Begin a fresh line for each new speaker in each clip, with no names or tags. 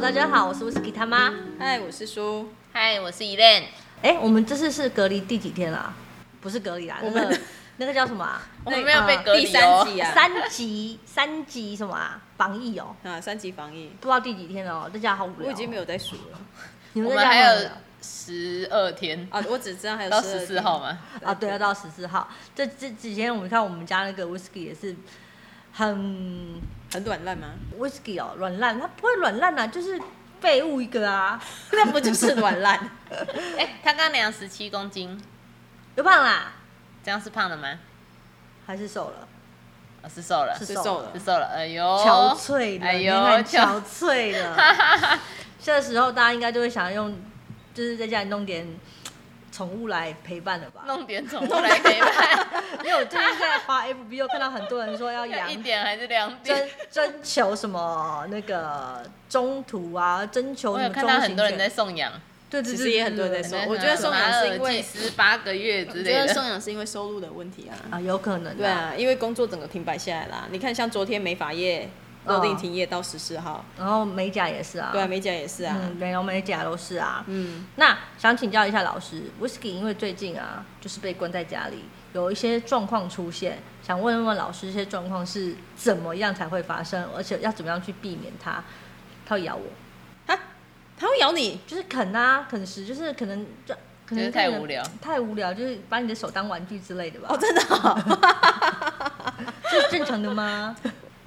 大家好，我是 Whisky 他妈。
嗨，我是叔。
嗨，我是 Elen。
哎、我们这次是隔离第几天啦、不是隔离啦，
我
那
们
个那个叫什么 啊？
我们没有被隔离
第三
哦。
集啊，
三级三级什么啊？防疫哦、
啊，三级防疫，
不知道第几天了哦，在家好无聊哦、
我已经没有在数了
你
我
们在
们
家
还
好无
有
聊
十二天
啊，我只知道还有
到
12
十四号嘛，
呃
啊？对，要到十四号。这这几天我们看我们家那个 Whisky 也是很
很短烂吗？
Whisky 哦、软烂，它不会软烂啊，就是废物一个 啊，
那不就是软烂？
哎、他刚量十七公斤，
有胖啦
这样是胖的吗？
还是瘦了？
哦、是瘦了，
是
是
瘦
瘦
了
了
是，瘦了。哎呦，
憔悴了，
哎
你
呦
看，
憔
憔悴了。 这时候大家应该就会想用，就是在家里弄点宠物来陪伴了吧？
弄点宠物来陪伴，
因为我最近在花 FB 又看到很多人说要养
要 一点还是两
征
点？
征求什么那个中途啊，征求
我
什
有
么
看
中
到很
型
多人在
犬，
送养，
对对
其
对，
实也很多人在
对
说
对
我觉得送养是因为
十八个月之
我
类
觉得
的，
送养是因为收入的问题啊。
啊，有可能
对，啊，因为工作整个停摆下来啦。你看，像昨天美发业
哦
都定停业到十四号，
然后美甲也是啊，
对啊，美甲也是啊。
嗯，美容美甲都是啊，
嗯，
那想请教一下老师，Whisky 因为最近啊，就是被关在家里，有一些状况出现，想问问老师，这些状况是怎么样才会发生，而且要怎么样去避免它？它会咬我，
啊，它会咬你，
就是啃啊，啃食，就是可能就可
就
能
是太无聊，
太无聊，就是把你的手当玩具之类的吧？
哦，真的哦、
这是正常的吗？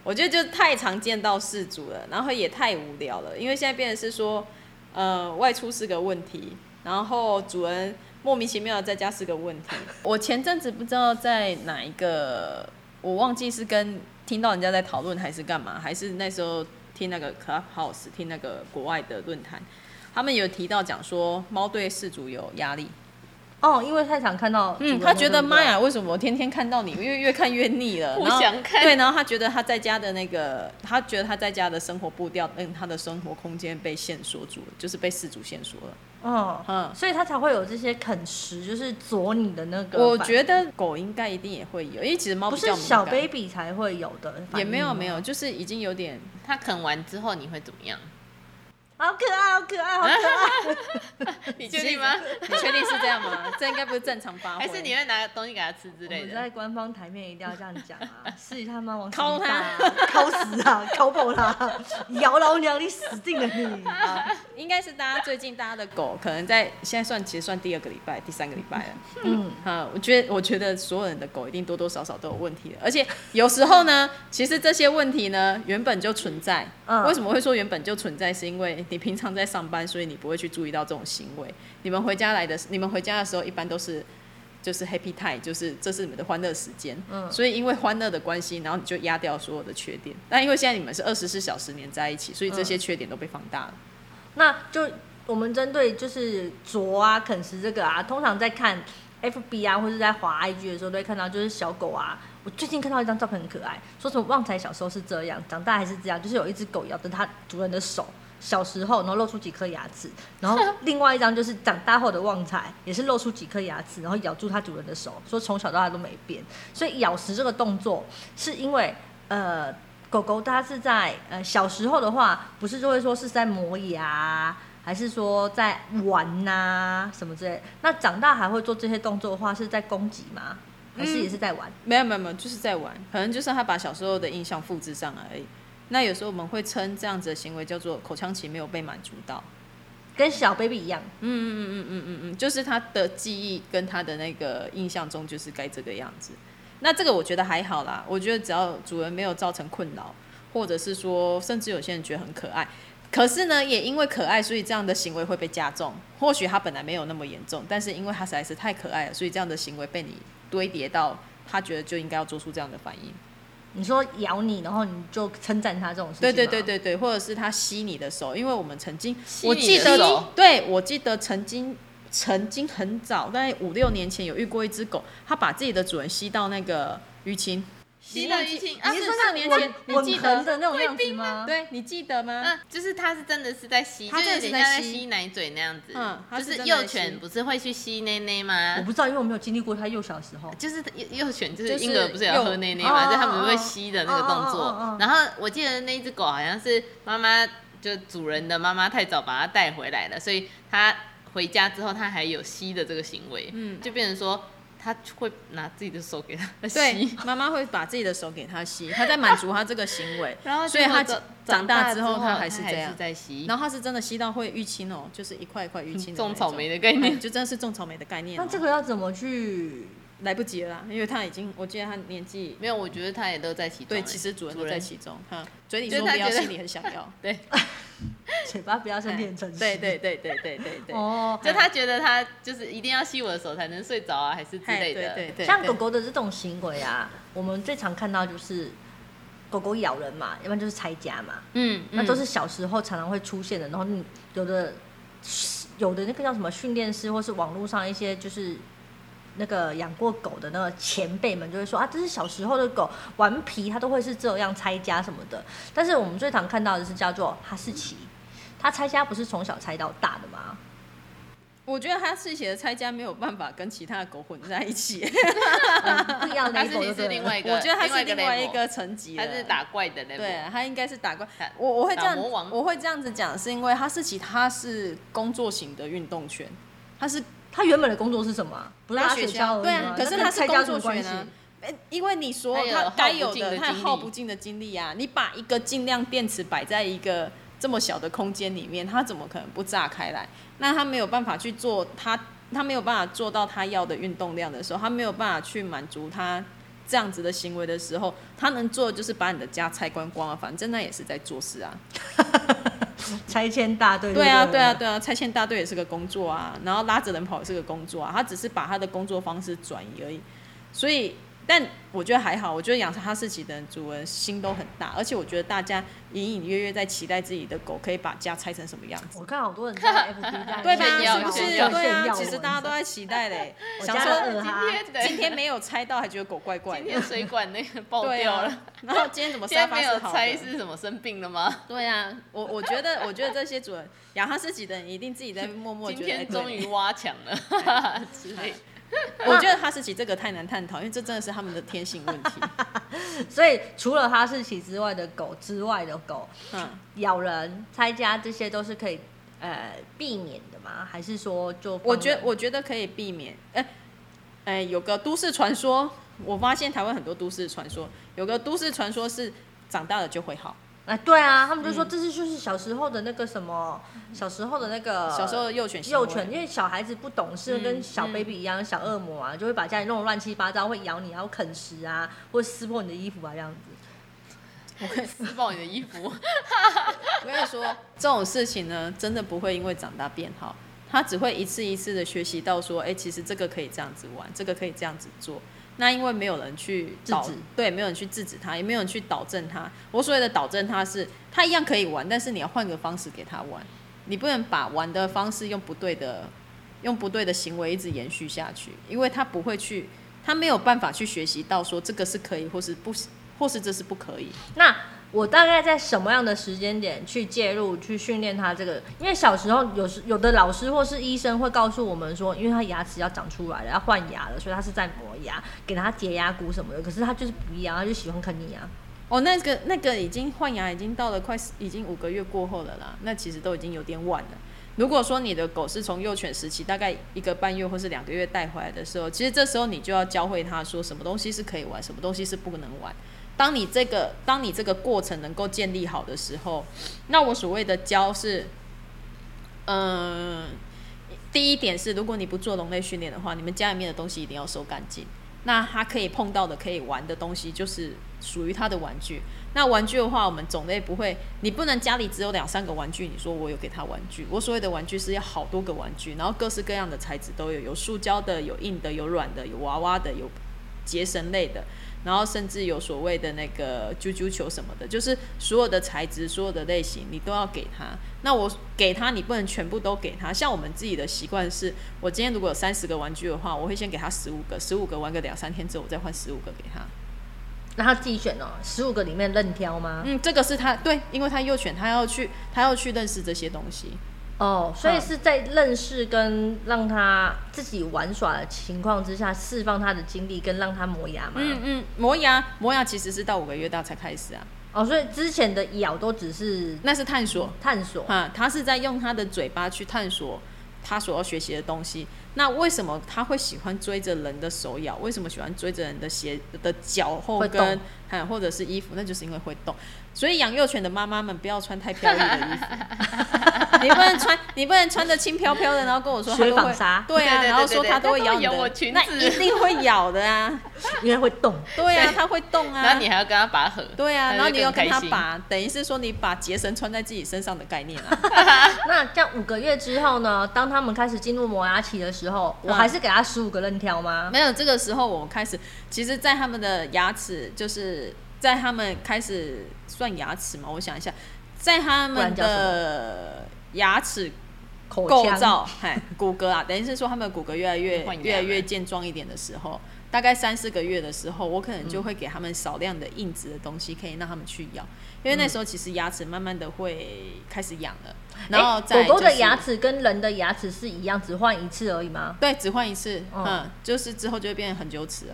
我觉得就是太常见到事主了，然后也太无聊了，因为现在变成是说，呃，外出是个问题，然后主人莫名其妙的在家是个问题。我前阵子不知道在哪一个，我忘记是跟听到人家在讨论还是干嘛，还是那时候听那个 Clubhouse 听那个国外的论坛，他们有提到讲说猫对事主有压力，
哦，因为太常看到主人
嗯，
了，
他觉
对
得
不对
妈，呀，为什么我天天看到你？因为越看越腻 了，
不
然后
想看
对，然后他觉得他在家的那个，他觉得他在家的生活步调跟他的生活空间被限缩住了，就是被事主限缩了。
哦，
嗯
所以它才会有这些啃食，就是啄你的那个
啊
反应。
我觉得狗应该一定也会有，因为其实猫
哦不
比
是
较
小
敏感
baby 才会有的反应吗，
也没有没有，就是已经有点
他啃完之后你会怎么样？
好可爱，好可爱，好可 爱！
你确定吗？
你确定是这样吗？这应该不是正常发挥，
还是你会拿东西给他吃之
我
类
们
的？
在官方台面一定要这样讲 啊，是他妈往
敲他
他，啊敲死他，敲爆他， 咬老娘，你死定了你！
啊，应该是大家最近大家的狗可能在现在算其实算第二个礼拜、第三个礼拜了。
嗯，
啊，我觉得我觉得所有人的狗一定多多少少都有问题的，而且有时候呢，其实这些问题呢原本就存在。
嗯
为什么会说原本就存在？是因为你平常在上班，所以你不会去注意到这种行为。你们回家来的，你们回家的时候一般都是。就是 happy time，就是这是你们的欢乐时间，
嗯
所以因为欢乐的关系，然后你就压掉所有的缺点。那因为现在你们是二十四小时黏在一起，所以这
嗯
些缺点都被放大了。
那就我们针对就是啄啊、啃食这个啊，通常在看 FB 啊，或者在滑 IG 的时候，都会看到就是小狗啊。我最近看到一张照片很可爱，说什么旺财小时候是这样，长大还是这样，就是有一只狗咬着它主人的手。小时候，然后露出几颗牙齿，然后另外一张就是长大后的旺财，也是露出几颗牙齿，然后咬住它主人的手，说从小到大都没变。所以咬食这个动作，是因为呃，狗狗它是在呃小时候的话，不是就会说是在磨牙，还是说在玩呐、什么之类。那长大还会做这些动作的话，是在攻击吗？
嗯
还是也是在玩？
没有没有没有，就是在玩，可能就是他把小时候的印象复制上来而已。那有时候我们会称这样子的行为叫做口腔期没有被满足到。
跟小 baby 一样，
嗯嗯嗯嗯嗯嗯，就是他的记忆跟他的那个印象中就是该这个样子。那这个我觉得还好啦，我觉得只要主人没有造成困扰，或者是说，甚至有些人觉得很可爱，可是呢，也因为可爱，所以这样的行为会被加重。或许他本来没有那么严重，但是因为他实在是太可爱了，所以这样的行为被你堆叠到，他觉得就应该要做出这样的反应。
你说咬你，然后你就称赞它这种事情。
对对对。对对，或者是他吸你的手，因为我们曾经
吸
我
你
记
的
得
手，
对我记得曾经曾经很早，大概五六年前有遇过一只狗，它把自己的主人吸到那个淤青。
吸到淤青啊
你
是
是
说
说
像
年
吻
前你
吻
记
痕
得？
的那种样子吗？
对，你记得吗？
嗯，就是他是真的是在吸，
他
就
真
有
的是
点
在
像在
吸
吸奶嘴那样子。
嗯他
就是是
真的
幼
在
犬
吸
不是会去吸奶奶
我
吗？
不知道，因为我没有经历过它幼小的时候。
就是幼幼犬，就
就是是
婴儿不是也要喝
幼
奶奶嘛，
哦
就他们
哦
会
哦
吸的那个动
哦哦哦哦
作。然后我记得那一只狗好像是妈妈就主人的妈妈太早把它带回来了，所以它回家之后它还有吸的这个行为，
嗯
就变成说它会拿自己的手给它
对
吸，，。
妈妈会把自己的手给他吸，他在满足他这个行为
然后
所以它
结果
长
长
大
大
之
之
后它
它
还是
是
这样
在吸，
然后他是真的吸到会淤青哦，就是一块一块淤青的那一种。
种草莓的概
对，
念。
就真的是种草莓的概念哦、
那这个要怎么去？
来不及了啦，因为他已经，我记得他年纪
没有，我觉得它也乐在其中
对，
欸。
其实主人都在其中，哈，嘴里
就
说
是
不
他
要，
觉得
心里很想要。哎
对，
嘴巴不要身体很诚实。
对对对对对对对，
哦，
就他觉得他就是一定要吸我的手才能睡着啊，还是之
嗨
类
对
的。
对对，
像
对
狗狗的这种行为啊，我们最常看到就是狗狗咬人嘛，要不然就是拆家嘛，
嗯，
那都是小时候常常会出现的。然后你有的有的那个叫什么训练师，或是网络上一些就是那个养过狗的那个前辈们就会说啊，这是小时候的狗顽皮，它都会是这样拆家什么的。但是我们最常看到的是叫做哈士奇，
嗯
它拆家不是从小拆到大的吗？
我觉得哈士奇的拆家没有办法跟其他的狗混在一起，
不一样的
他
狗就是对
是另
了。
外一个，
我觉得它是另外一
level，
个层级了，
他是打怪的 level。
对，啊他应该是打怪
打。
我我会这
打
样，
魔王
我会这样子讲，是因为哈士奇它是工作型的运动犬，它是
它原本的工作是什么啊？不是拉
拉
雪
雪
橇
橇，
而已
对
吗
啊，可是
那
它
跟
是
拆家
工
有什
作
么关
犬
系
啊。呃因为你所
它
有
有
它
耗
该
不
有
尽的
的，它有
精
耗
力
不尽的精力啊！你把一个尽量电池摆在一个这么小的空间里面，它怎么可能不炸开来？那它没有办法去做它，它没有办法做到它要的运动量的时候，它没有办法去满足它这样子的行为的时候，它能做的就是把你的家拆光光啊！反正那也是在做事啊。
拆迁大队。
对
嗯
啊，
不
对啊，。对啊，拆迁大队也是个工作啊，然后拉着人跑也是个工作啊，他只是把他的工作方式转移而已。所以，但我觉得还好，我觉得养哈士奇的主人心都很大，而且我觉得大家隐隐约约在期待自己的狗可以把家拆成什么样子。
我看好多人在 FB 在
对吧？
啊炫耀
是不是？
炫耀
对
炫
啊，
耀
其实大家都
文
在期待 嘞，
我
想
家
说 呃
的二哈，
今天的
今天没有拆到，还觉得狗怪怪
今
的。
天水管那个爆
对
掉
啊
了，，
然后今天怎么
今
沙
天
发
没
是
有
好
拆
的？
是什么生病了吗？
对啊，我我觉得，我觉得这些主人养哈士奇的人一定自己在默默
今
觉得。哎
天
对哎
终于挖墙 了之类的。
我觉得哈士奇这个太难探讨，因为这真的是他们的天性问 题。
所以除了哈士奇之外的狗之外的狗，
嗯，
咬人、拆家这些都是可以呃避免的吗？还是说就放
我觉
任
我觉得可以避免。哎、哎、有个都市传说，我发现台湾很多都市传说，有个都市传说是长大了就会好，
哎、对啊，他们就说这是就是小时候的那个什么，小时候的那个
嗯小时候的幼犬行为
幼犬，因为小孩子不懂事，
嗯
跟小
嗯
baby 一样，小恶魔啊，就会把家里弄得乱七八糟，会咬你，然后啃食啊，或撕破你的衣服啊这样子。
撕爆你的衣服，
啊我跟你说，这种事情呢，真的不会因为长大变好，他只会一次一次的学习到说，哎、其实这个可以这样子玩，这个可以这样子做。那因为没有人去导
制止，
对，没有人去制止他，也没有人去导正他。我所谓的导正他是，他一样可以玩，但是你要换个方式给他玩，你不能把玩的方式用不对的，用不对的行为一直延续下去，因为他不会去，他没有办法去学习到说这个是可以，或是不，或是这是不可以。
那我大概在什么样的时间点去介入去训练它这个？因为小时候有时有的老师或是医生会告诉我们说，因为它牙齿要长出来了，要换牙了，所以它是在磨牙，给它洁牙骨什么的。可是它就是不一样，它就喜欢啃你啊。
哦，那个那个已经换牙已经到了快四已经五个月过后了啦，那其实都已经有点晚了。如果说你的狗是从幼犬时期大概一个半月或是两个月带回来的时候，其实这时候你就要教会它说什么东西是可以玩，什么东西是不能玩。当你这个当你这个过程能够建立好的时候，那我所谓的教是，嗯、第一点是，如果你不做笼类训练的话，你们家里面的东西一定要收干净。那它可以碰到的、可以玩的东西，就是属于它的玩具。那玩具的话，我们种类不会，你不能家里只有两三个玩具，你说我有给它玩具。我所谓的玩具是要好多个玩具，然后各式各样的材质都有，有塑胶的、有硬的、有软的、有娃娃的、有结绳类的，然后甚至有所谓的那个啾啾球什么的，就是所有的材质、所有的类型你都要给他。那我给他，你不能全部都给他。像我们自己的习惯是，我今天如果有三十个玩具的话，我会先给他十五个，十五个玩个两三天之后，我再换十五个给他。
那它自己选哦，十五个里面任挑吗？
嗯，这个是他对，因为他幼犬，他要去他要去认识这些东西。
哦，所以是在认识跟让它自己玩耍的情况之下，释放它的精力跟让它磨牙嘛。
嗯嗯嗯，磨牙磨牙其实是到五个月大才开始啊。
哦，所以之前的咬都只是
那是探索。
探索，
啊，他是在用他的嘴巴去探索他所要学习的东西。那为什么他会喜欢追着人的手咬？为什么喜欢追着人的鞋的脚后
会
跟
动？
嗯，或者是衣服？那就是因为会动。所以养幼犬的妈妈们不要穿太飘逸的衣 服，你不能穿，你不能穿的轻飘飘的，然后跟我说它
雪
都
纺
会
纱，
对啊，
对对对
然后
对
说
对
它
它
会
都
咬
会
你
咬
的
我裙
那
子
一定会咬的啊，
因为会动，
对啊，
对
它会动啊，
然后你还要跟他拔河，
对啊，
那就
然后你
更
又跟
开
它
心
把，等于是说你把结绳穿在自己身上的概念啊。
那这样五个月之后呢？当他们开始进入磨牙期的时候，我
嗯
还是给他十五个任挑吗？
没有，这个时候我们开始，其实，在他们的牙齿，就是在他们开始算牙齿嘛，我想一下，在他
不然
们
叫什么
的牙齿
口
构
腔
造，嗨，骨骼啊，等于是说他们的骨骼越来越
换牙
越来越
了
健壮一点的时候，大概三四个月的时候，我可能
嗯
就会给他们少量的硬质的东西，可以让他们去咬，因为那时候其实牙齿慢慢的会开始痒了，然后
嗯诶
再、
狗狗的牙。齿跟人的牙齿是一样，只换一次而已吗？
对，只换一次，
嗯
嗯，就是之后就会变成很久齿了。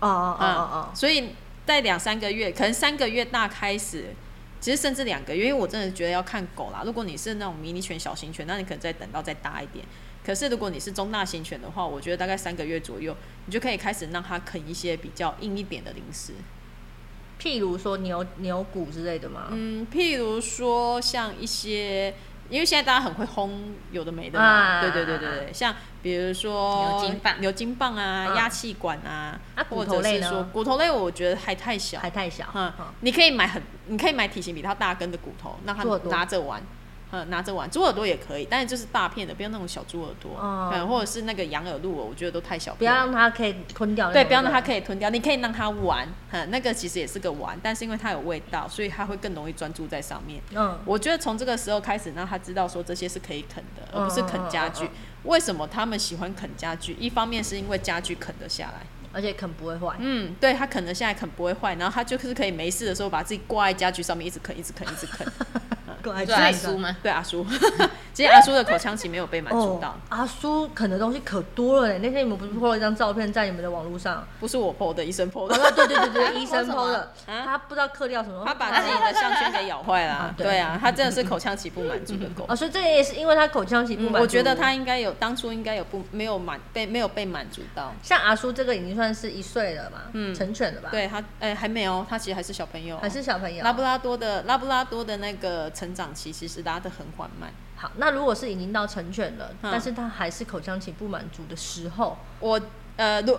哦哦哦
啊
哦，
所以在两三个月，可能三个月大开始，其实甚至两个月，因为我真的觉得要看狗啦。如果你是那种迷你犬、小型犬，那你可能再等到再大一点。可是如果你是中大型犬的话，我觉得大概三个月左右，你就可以开始让它啃一些比较硬一点的零食。
哦，譬如说牛牛骨之类的吗？
嗯，譬如说像一些，因为现在大家很会烘有的没的嘛，
啊
对对对对对，像比如说
牛筋棒
牛筋棒啊、
嗯
压气管啊，
啊
或
骨
者
头类
是
呢
说骨头类，我觉得还太小，
还太小，
嗯
嗯，
你可以买很，你可以买体型比它大根的骨头，让它
猪耳朵
拿着玩，嗯，拿着玩。猪耳朵也可以，但是就是大片的，不要那种小猪耳朵，
哦
嗯，或者是那个羊耳鹿耳，我觉得都太小
不
片
要让
了。
它可以吞掉那种。
对，不要让它可以吞掉，你可以让它玩，嗯，那个其实也是个玩，但是因为它有味道，所以它会更容易专注在上面。
嗯，
我觉得从这个时候开始，让他知道说这些是可以啃的，而不是啃家具。
嗯嗯
为什么他们喜欢啃家具？一方面是因为家具啃得下来，
而且啃不会坏。
嗯，对他啃得下来，啃不会坏，然后他就是可以没事的时候把自己挂在家具上面，一直啃，一直啃，一直 啃。
过
你
来
说
这
阿
样
叔
子
啊吗？
对阿叔，其实阿叔的口腔期没有被满足到，
哦，阿叔啃的东西可多了嘞。那天你们不是 po 了一张照片在你们的网络上？
不是我剖的，医生剖
哦，
的，
那对对对 对，医生
什么
po 的，
啊
他不知道嗑掉什么，
他把自己的项圈给咬坏了、
啊对
对啊，他真的是口腔期不满足的狗。
哦，所以这也是因为他口腔期不
嗯
满足、
我觉得他应该有当初应该有不没有满被没有被满足到。
像阿叔这个已经算是一岁了嘛，嗯，成犬了吧？，
对他，哎、还没有，他其实还是小朋友，哦
还是小朋友。
拉布拉多的拉布拉多的那个成长期其实拉得很缓慢。
好，那如果是已经到成犬了，
嗯
但是他还是口腔期不满足的时候，
我呃，如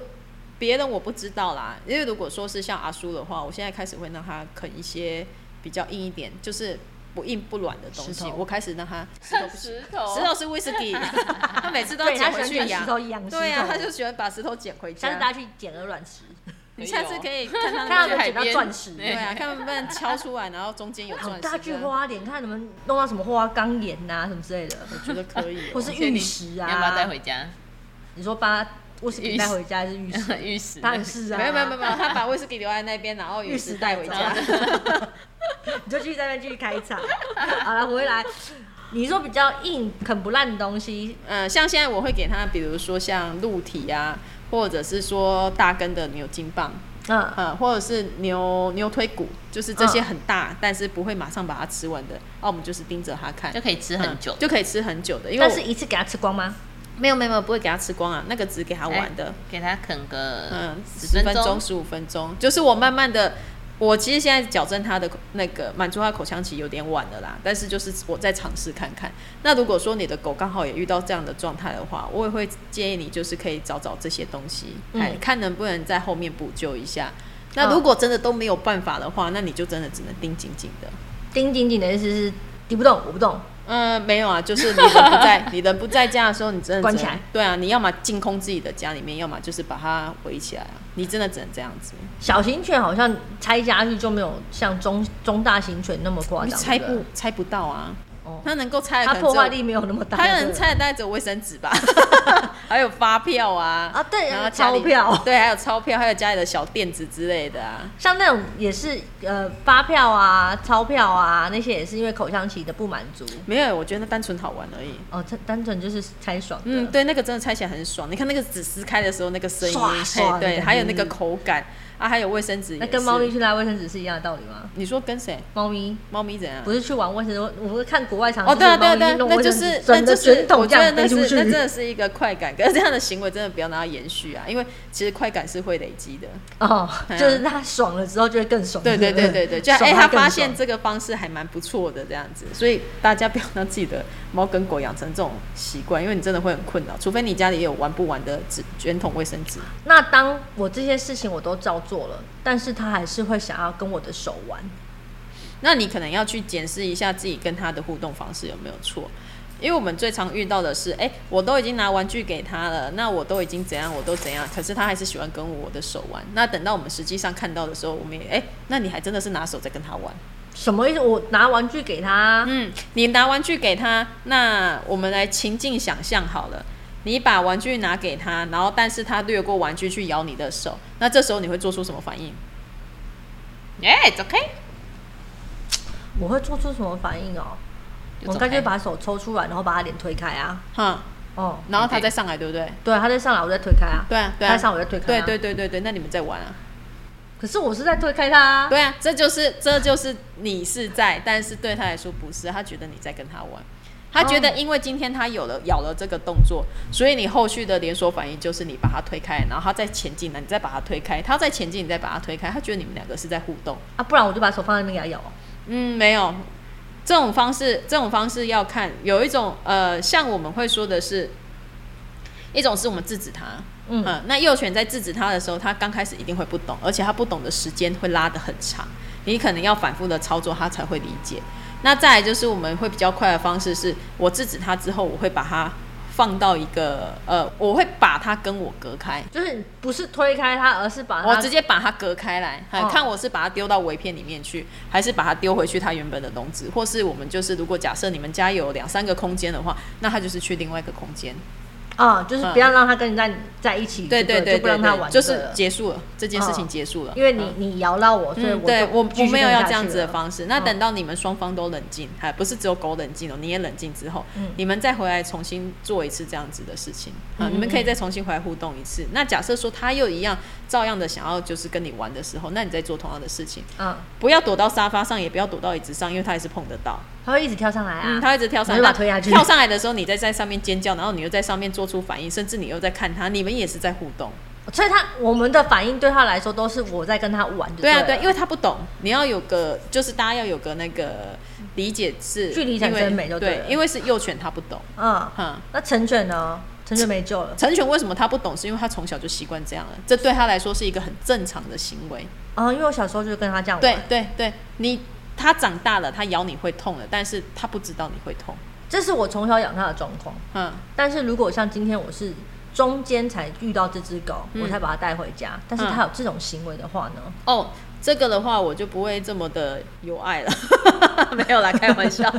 别人我不知道啦，因为如果说是像阿叔的话，我现在开始会让他啃一些比较硬一点，就是不硬不软的东
石
西
头。
我开始让他石头不行，
石头，
石头是威士忌，他每次都要
对，
捡
他
回
喜
去
欢跟
呀
石。头一样，
对啊，
石头
他就喜欢把石头捡回
下次
家。
大家去捡鹅卵 石，
你下次可
以
以 看他
看 他们
们的，
捡到钻石
对啊，看能不能敲出来，然后中间有钻
好
石。
哦大句，花脸，看你们弄到什么花岗岩呐、什么之类的，
我觉得 可以哦。
或是玉石啊。
要不要带回家？
你说把威士忌带回家还是玉 石？
玉石，
当然是啊，
哦没有没有没有，没有他把威士忌留在那边，然后
玉
玉
石
石
带
带回
走
家。
你就继续在那边继续开场。好了，回来，你说比较硬啃不烂的东西，
呃，像现在我会给他，比如说像鹿蹄啊，或者是说大根的牛筋棒，
嗯，
呃，或者是牛牛腿骨，就是这些
嗯
很大，但是不会马上把它吃完的。啊，我们就是盯着它看，
就可以吃
嗯
很久。
就可以吃很久的。因为
但是
我
一次给它吃光吗？
没有没有没有不会给它吃光啊，那个只给它
哎
玩的。
给它啃个
嗯，
十
十分
钟
钟、，十五分钟，就是我慢慢的，我其实现在矫正他的口那个满足他口腔期有点晚了啦，但是就是我再尝试看看。那如果说你的狗刚好也遇到这样的状态的话，我也会建议你就是可以找找这些东西，
嗯
哎、看能不能在后面补救一下。那如果真的都没有办法的话，那你就真的只能盯紧紧的。
盯紧紧的意思是敌不动我不动，
嗯，没有啊，就是 你人不在，你人不在家的时候，你真的只能
关起来。
对啊，你要么净空自己的家里面，要么就是把它围起来啊。你真的只能这样子。
小型犬好像拆家具就没有像中中大型犬那么夸
你
张，
猜
对
不猜不到啊？
不对哦，
他能够拆的
它
可能
破
只有
坏力没有那么大。
他
对
能拆的大概只有卫生纸 吧，还有发票啊，
啊对
然后家里
钞票
对，还有钞票，还有家里的小垫子之类的啊。
像那种也是呃发票啊、钞票啊那些，也是因为口腔期的不满足。
没有，我觉得那单纯好玩而已。
哦，它单纯就是拆爽的。
嗯，对，那个真的拆起来很爽。你看那个纸撕开的时候，那个声音，
唰唰
嘿
的感
对，
觉
还有那个口感啊，还有卫生纸也是。
那跟猫咪去拉卫生纸是一样的道理吗？
你说跟谁？
猫咪
猫咪怎样
不？是去玩卫生纸，我我看国外常
哦，对啊，对啊，
就
对啊
是，猫咪弄
那
卫
就
生纸
是，那
整
就
个
是
卷，
我
筒这
觉得
样
那
飞
是
出
那真的
去。
是一个快感，可是这样的行为真的不要拿它延续啊，因为其实快感是会累积的。
哦，
哎呀
就是它爽了之后就会更爽。
对对对 对对，就哎、
爽它
他
更
发
爽
现这个方式还蛮不错的这样子，所以大家不要让自己的猫跟狗养成这种习惯，因为你真的会很困扰，除非你家里有玩不完的纸卷筒卫生纸。
那当我这些事情我都照做了，但是它还是会想要跟我的手玩。
那你可能要去检视一下自己跟他的互动方式有没有错，因为我们最常遇到的是，哎、我都已经拿玩具给他了，那我都已经怎样，我都怎样，可是他还是喜欢跟我的手玩。那等到我们实际上看到的时候，我们也，哎、那你还真的是拿手在跟他玩。
什么意思？我拿玩具给它，
嗯，你拿玩具给他，那我们来情境想象好了。你把玩具拿给他，然后但是他掠过玩具去咬你的手，那这时候你会做出什么反应？
哎、走开！
我会做出什么反应哦？
就
我
走
干脆
开
把手抽出来，然后把他脸推开啊。
哈，
哦，
然后他再上来，对不对？
对，他在上来，我在推开啊。
对啊，对
他
啊，
在上来，我在推开、
对
啊。
对
对。
对对对，那你们在玩啊？
可是我是在推开他、 啊。
对啊，这就是这就是你是在，但是对他来说不是，他觉得你在跟他玩，他觉得因为今天他有了咬了这个动作，所以你后续的连锁反应就是你把他推开，然后他再前进了，你再把他推开，他再前进，你再把他推开，他觉得你们两个是在互动。
啊，不然我就把手放在那边给他咬哦。
嗯，没有，这种方式这种方式要看，有一种呃，像我们会说的是，一种是我们制止他，
嗯
呃那幼犬在制止它的时候，它刚开始一定会不懂，而且它不懂的时间会拉得很长，你可能要反复的操作，它才会理解。那再来就是我们会比较快的方式是，我制止它之后，我会把它放到一个呃，我会把它跟我隔开，
就是不是推开他，而是把他
我直接把它隔开来，哎
哦
看我是把它丢到围片里面去，还是把它丢回去它原本的笼子，或是我们就是如果假设你们家有两三个空间的话，那它就是去另外一个空间。
啊、就是不要让他跟你在在一起，
嗯对
对
对对
就不让
对
他玩
对，就
对
是
了
结束了这件事情
嗯
结束了，
因为你
嗯
你咬到我，所以
嗯，
我
对
就
我
继
我
续
没有
跟
要
下
这样
去
子的
了
方式。那
嗯
等到你们双方都冷静，还不是只有狗冷静哦，你也冷静之后，
嗯
你们再回来重新做一次这样子的事情啊，
嗯
你们可以
嗯
再重新回来互动一次。那假设说他又一样，照样的想要就是跟你玩的时候，那你再做同样的事情，
嗯，
不要躲到沙发上，也不要躲到椅子上，因为他还是碰得到。
他会一直跳上来啊，
嗯，他一直跳上来，
然后就把它推下去
跳上来的时候，你再在上面尖叫，然后你又在上面做出反应，甚至你又在看他，你们也是在互动。
所以他我们的反应对他来说都是我在跟他玩就
对啊，
对
对，
了
因为他不懂，你要有个，就是大家要有个那个理解是
距离
因
产
为
生美就对
对
了，
因为是幼犬，他不懂。
嗯，
嗯，
那成犬呢？成犬没救了，
成犬为什么他不懂？是因为他从小就习惯这样了，这对他来说是一个很正常的行为。
啊、因为我小时候就跟他这样玩，
对，对对，你他长大了，他咬你会痛了，但是他不知道你会痛。
这是我从小养它的状况。
嗯，
但是如果像今天我是中间才遇到这只狗，
嗯
我才把它带回家，但是
嗯
它有这种行为的话呢，
哦，这个的话我就不会这么的有爱了， 没有啦，开玩笑。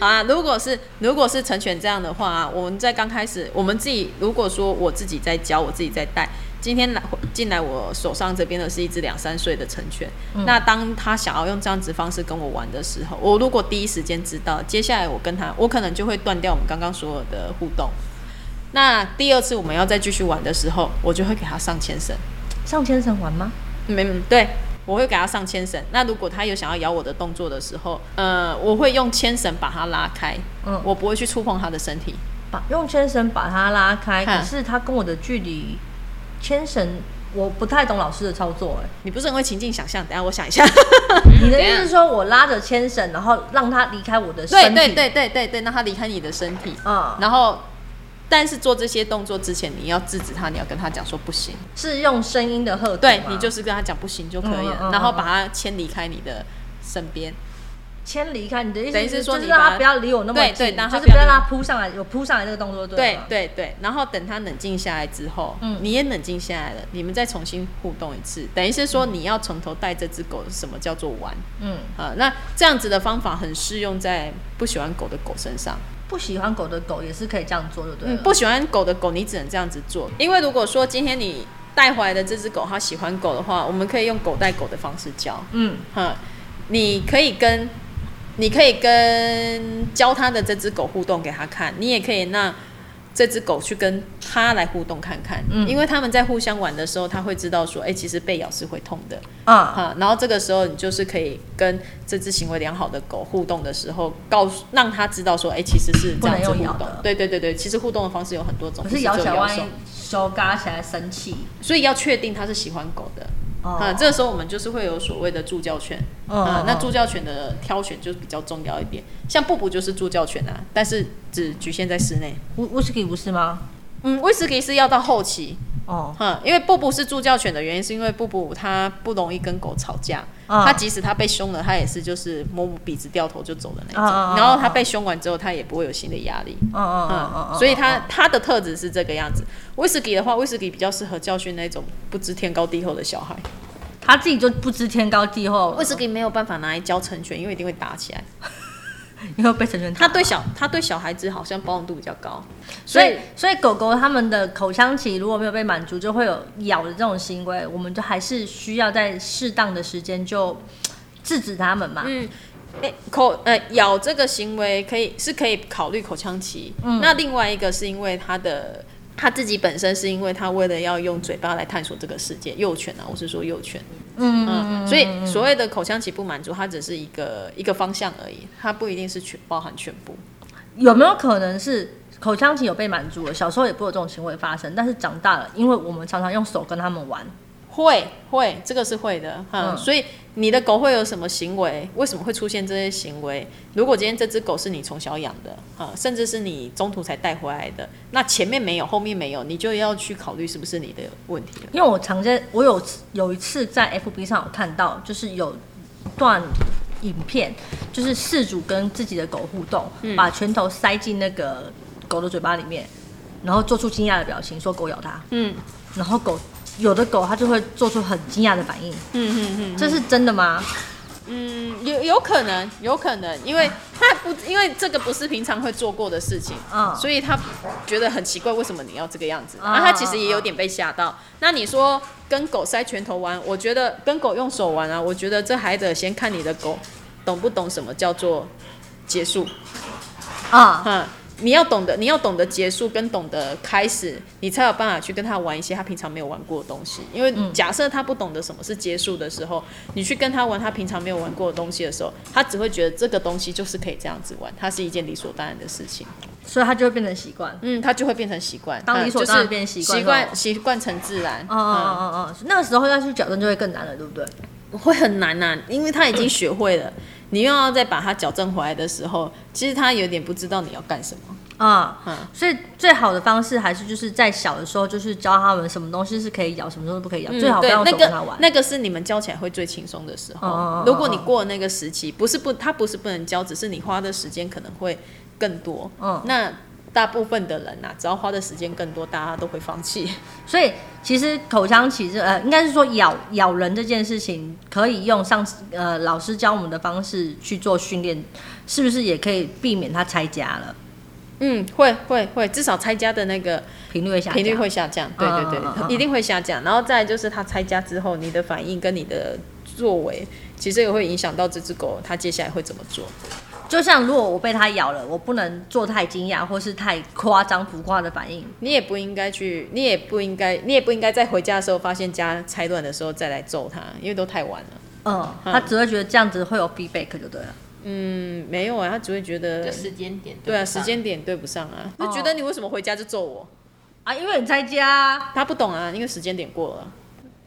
好啊，如果是如果是成全这样的话、啊，我们在刚开始，我们自己如果说我自己在教，我自己在带。今天来进来我手上这边的是一只两三岁的成犬，
嗯
那当他想要用这样子方式跟我玩的时候，我如果第一时间知道，接下来我跟他，我可能就会断掉我们刚刚所有的互动。那第二次我们要再继续玩的时候，我就会给他上牵绳。
上千层玩吗？
没、嗯，对，我会给他上牵绳。那如果他有想要咬我的动作的时候，呃，我会用牵绳把他拉开，
嗯
我不会去触碰他的身体。
把用牵绳把它拉开，
嗯
可是它跟我的距离，牵绳我不太懂老师的操作、哎。
你不是很会情境想象？等一下我想一下。嗯
你的
怎
意思
样
是说我拉着牵绳，然后让它离开我的身
对
体？
对对对对对，让他离开你的身体，
嗯，
然后。但是做这些动作之前，你要制止他，你要跟他讲说不行，
是用声音的喝
对你就是跟他讲不行就可以了，
嗯嗯嗯
然后把他牵离开你的身边。
先离开，你的意
等于
思
是说
就是
你
让
把
他不要离我那么
对
近，
对让
就
他
是
不
不
要
要
离
让他扑上来，有扑上来这个动作，
对
吗？
对对，然后等他冷静下来之后，
嗯
你也冷静下来了，你们再重新互动一次，等于是说你要从头带这只狗什么叫做玩
嗯，
啊、呃那这样子的方法很适用在不喜欢狗的狗身上。
不喜欢狗的狗也是可以这样做，就对
嗯
了。，
不喜欢狗的狗，你只能这样子做，因为如果说今天你带回来的这只狗它喜欢狗的话，我们可以用狗带狗的方式教，
嗯，
哈，你可以跟你可以跟教它的这只狗互动给它看，你也可以让这只狗去跟它来互动看看，
嗯
因为他们在互相玩的时候，它会知道说，哎、其实被咬是会痛的，
啊，
啊，然后这个时候你就是可以跟这只行为良好的狗互动的时候，告诉让它知道说，哎、其实是这样子
不能
互
用咬
动
的。
对对对对，其实互动的方式有很多种，
可
不
是
是
摇
只
起来
有
万一
手
手嘎起来生气，
所以要确定它是喜欢狗的。
哦，
啊，这个时候我们就是会有所谓的助教犬。
嗯
啊
嗯，
那
嗯
助教犬的挑选就比较重要一点。像布布就是助教犬啊，但是只局限在室内。
威威士忌不是吗？
嗯，威士忌是要到后期，
哦，
嗯，因为布布是助教犬的原因，是因为布布它不容易跟狗吵架，
嗯
它即使它被凶了，它也是就是摸摸鼻子掉头就走的那
嗯
种。
嗯嗯
然后
嗯
它
嗯
被凶完之后，它也不会有新的压力。
嗯嗯嗯嗯
嗯，
嗯，
所以它
嗯
它的特质是这个样子。威士忌的话，威士忌比较适合教训那种不知天高地厚的小孩。
他自己就不知天高地厚了，
威士忌没有办法拿来教成犬，因为一定会打起来。
因为被成人
它对小它对小孩子好像包容度比较高，
所
所
以
以，
所以狗狗它们的口腔期如果没有被满足，就会有咬的这种行为，我们就还是需要在适当的时间就制止它们嘛。
嗯，诶口呃咬这个行为可以是可以考虑口腔期。那另外一个是因为它的。它自己本身是因为它为了要用嘴巴来探索这个世界，幼犬啊，我是说幼犬，
嗯
嗯，所以所谓的口腔期不满足，它只是一个一个方向而已，它不一定是全包含全部。
有没有可能是口腔期有被满足了？小时候也不会有这种行为发生，但是长大了，因为我们常常用手跟它们玩，
会会，这个是会的哈、
嗯
所以你的狗会有什么行为？为什么会出现这些行为？如果今天这只狗是你从小养的哈，甚至是你中途才带回来的，那前面没有，后面没有，你就要去考虑是不是你的问题了。
因为我常见，我有有一次在 FB 上有看到，就是有一段影片，就是事主跟自己的狗互动，
嗯
把拳头塞进那个狗的嘴巴里面，然后做出惊讶的表情，说狗咬它，
嗯
然后狗有的狗它就会做出很惊讶的反应，
嗯嗯嗯
这是真的 吗？
嗯，有有可能，有可能，因为它不，因为这个不是平常会做过的事情，
嗯
所以他觉得很奇怪，为什么你要这个样子？
嗯
然后他其实也有点被吓到。那你说跟狗塞拳头玩，我觉得跟狗用手玩啊，我觉得这还得先看你的狗懂不懂什么叫做结束。
啊，
嗯，你要懂得，你要懂得结束跟懂得开始，你才有办法去跟他玩一些他平常没有玩过的东西。因为假设他不懂得什么是结束的时候，你去跟他玩他平常没有玩过的东西的时候，他只会觉得这个东西就是可以这样子玩，它是一件理所当然的事情。
所以它就会变成习惯。
嗯，他就会变成习惯，
当
嗯
理所
就是
当然变习惯
习
哦
惯习惯成自然。
哦
嗯
哦哦哦，哦那个时候要去矫正就会更难了，对不对？
会很难呐、因为他已经学会了，你又要再把他矫正回来的时 候，其实他有点不知道你要干什么。
啊、
嗯
所以最好的方式还是就是在小的时候，就是教他们什么东西是可以咬，什么东西不可以咬，
嗯
最好不
对
要
那
总跟他
个
玩。
那个是你们教起来会最轻松的时候。
哦哦哦哦
如果你过了那个时期，不是不，他不是不能教，只是你花的时间可能会更多。
嗯
那大部分的人呐、只要花的时间更多，大家都会放弃。
所以其实口腔起这呃，应该是说咬咬人这件事情，可以用上次呃老师教我们的方式去做训练，是不是也可以避免它拆家了，
嗯，会会会，至少拆家的那个
频率会下降？
频率会下降。对对对，
嗯嗯嗯嗯
一定会下降。然后再来就是他拆家之后，你的反应跟你的作为，其实也会影响到这只狗它接下来会怎么做。
就像如果我被它咬了，我不能做太惊讶或是太夸张浮夸的反应。
你也不应该去，你也不应该，你也不应该在回家的时候发现家拆乱的时候再来揍他，因为都太晚了。
嗯，他只会觉得这样子会有 feedback 就对了。
嗯，没有啊，他只会觉得
就，时间点
对啊，
不上
时间点对不上啊，
哦
就觉得你为什么回家就揍我？
啊，因为你拆家啊、
他不懂啊，因为时间点过了。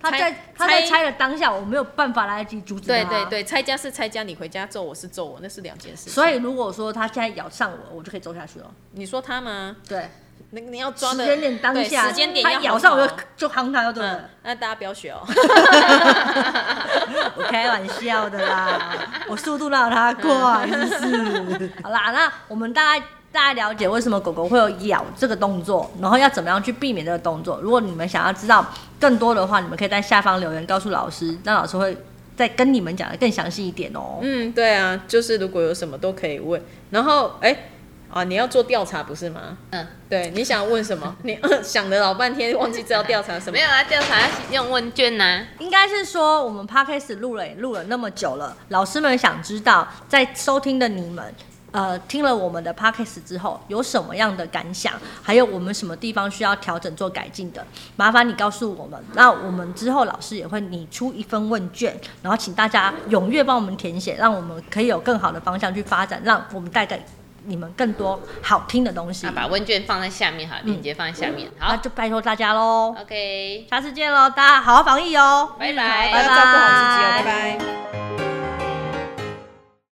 他在
拆
他在
拆
拆的当下，我没有办法来得及阻止他。
对对。对，拆家是拆家，你回家揍我是揍我，那是两件事情。
所以如果说他现在咬上我，我就可以走下去了。
你说他吗？
对，
那你要抓
时
的
间点当
对
下，
时间点
它
要
咬
好
上我就
好
就夯它就对
嗯
了。，
那大家不要学 哦。嗯
我开玩笑的啦，我速度让它快，是不是？ 好啦，那我们大概大家了解为什么狗狗会有咬这个动作，然后要怎么样去避免这个动作。如果你们想要知道更多的话，你们可以在下方留言告诉老师，让老师会再跟你们讲的更详细一点哦、
嗯，对啊，就是如果有什么都可以问。然后，哎、啊，你要做调查不是吗？
嗯，
对，你想问什么？你呃想了老半天，忘记知道调查什么
没。有啊，调查要用问卷啊呐、
应该是说，我们 podcast 录了也录了那么久了，老师们想知道，在收听的你们，呃，听了我们的 podcast 之后有什么样的感想，还有我们什么地方需要调整做改进的，麻烦你告诉我们。那我们之后老师也会拟出一份问卷，然后请大家踊跃帮我们填写，让我们可以有更好的方向去发展，让我们带给你们更多好听的
嗯
东西。
啊，把问卷放在下面好，链接放在下面。
那
好
就拜托大家喽，
，OK，
下次见喽，大家好好防疫哦，
拜拜，
哎
拜
要照顾好自己哦，拜拜。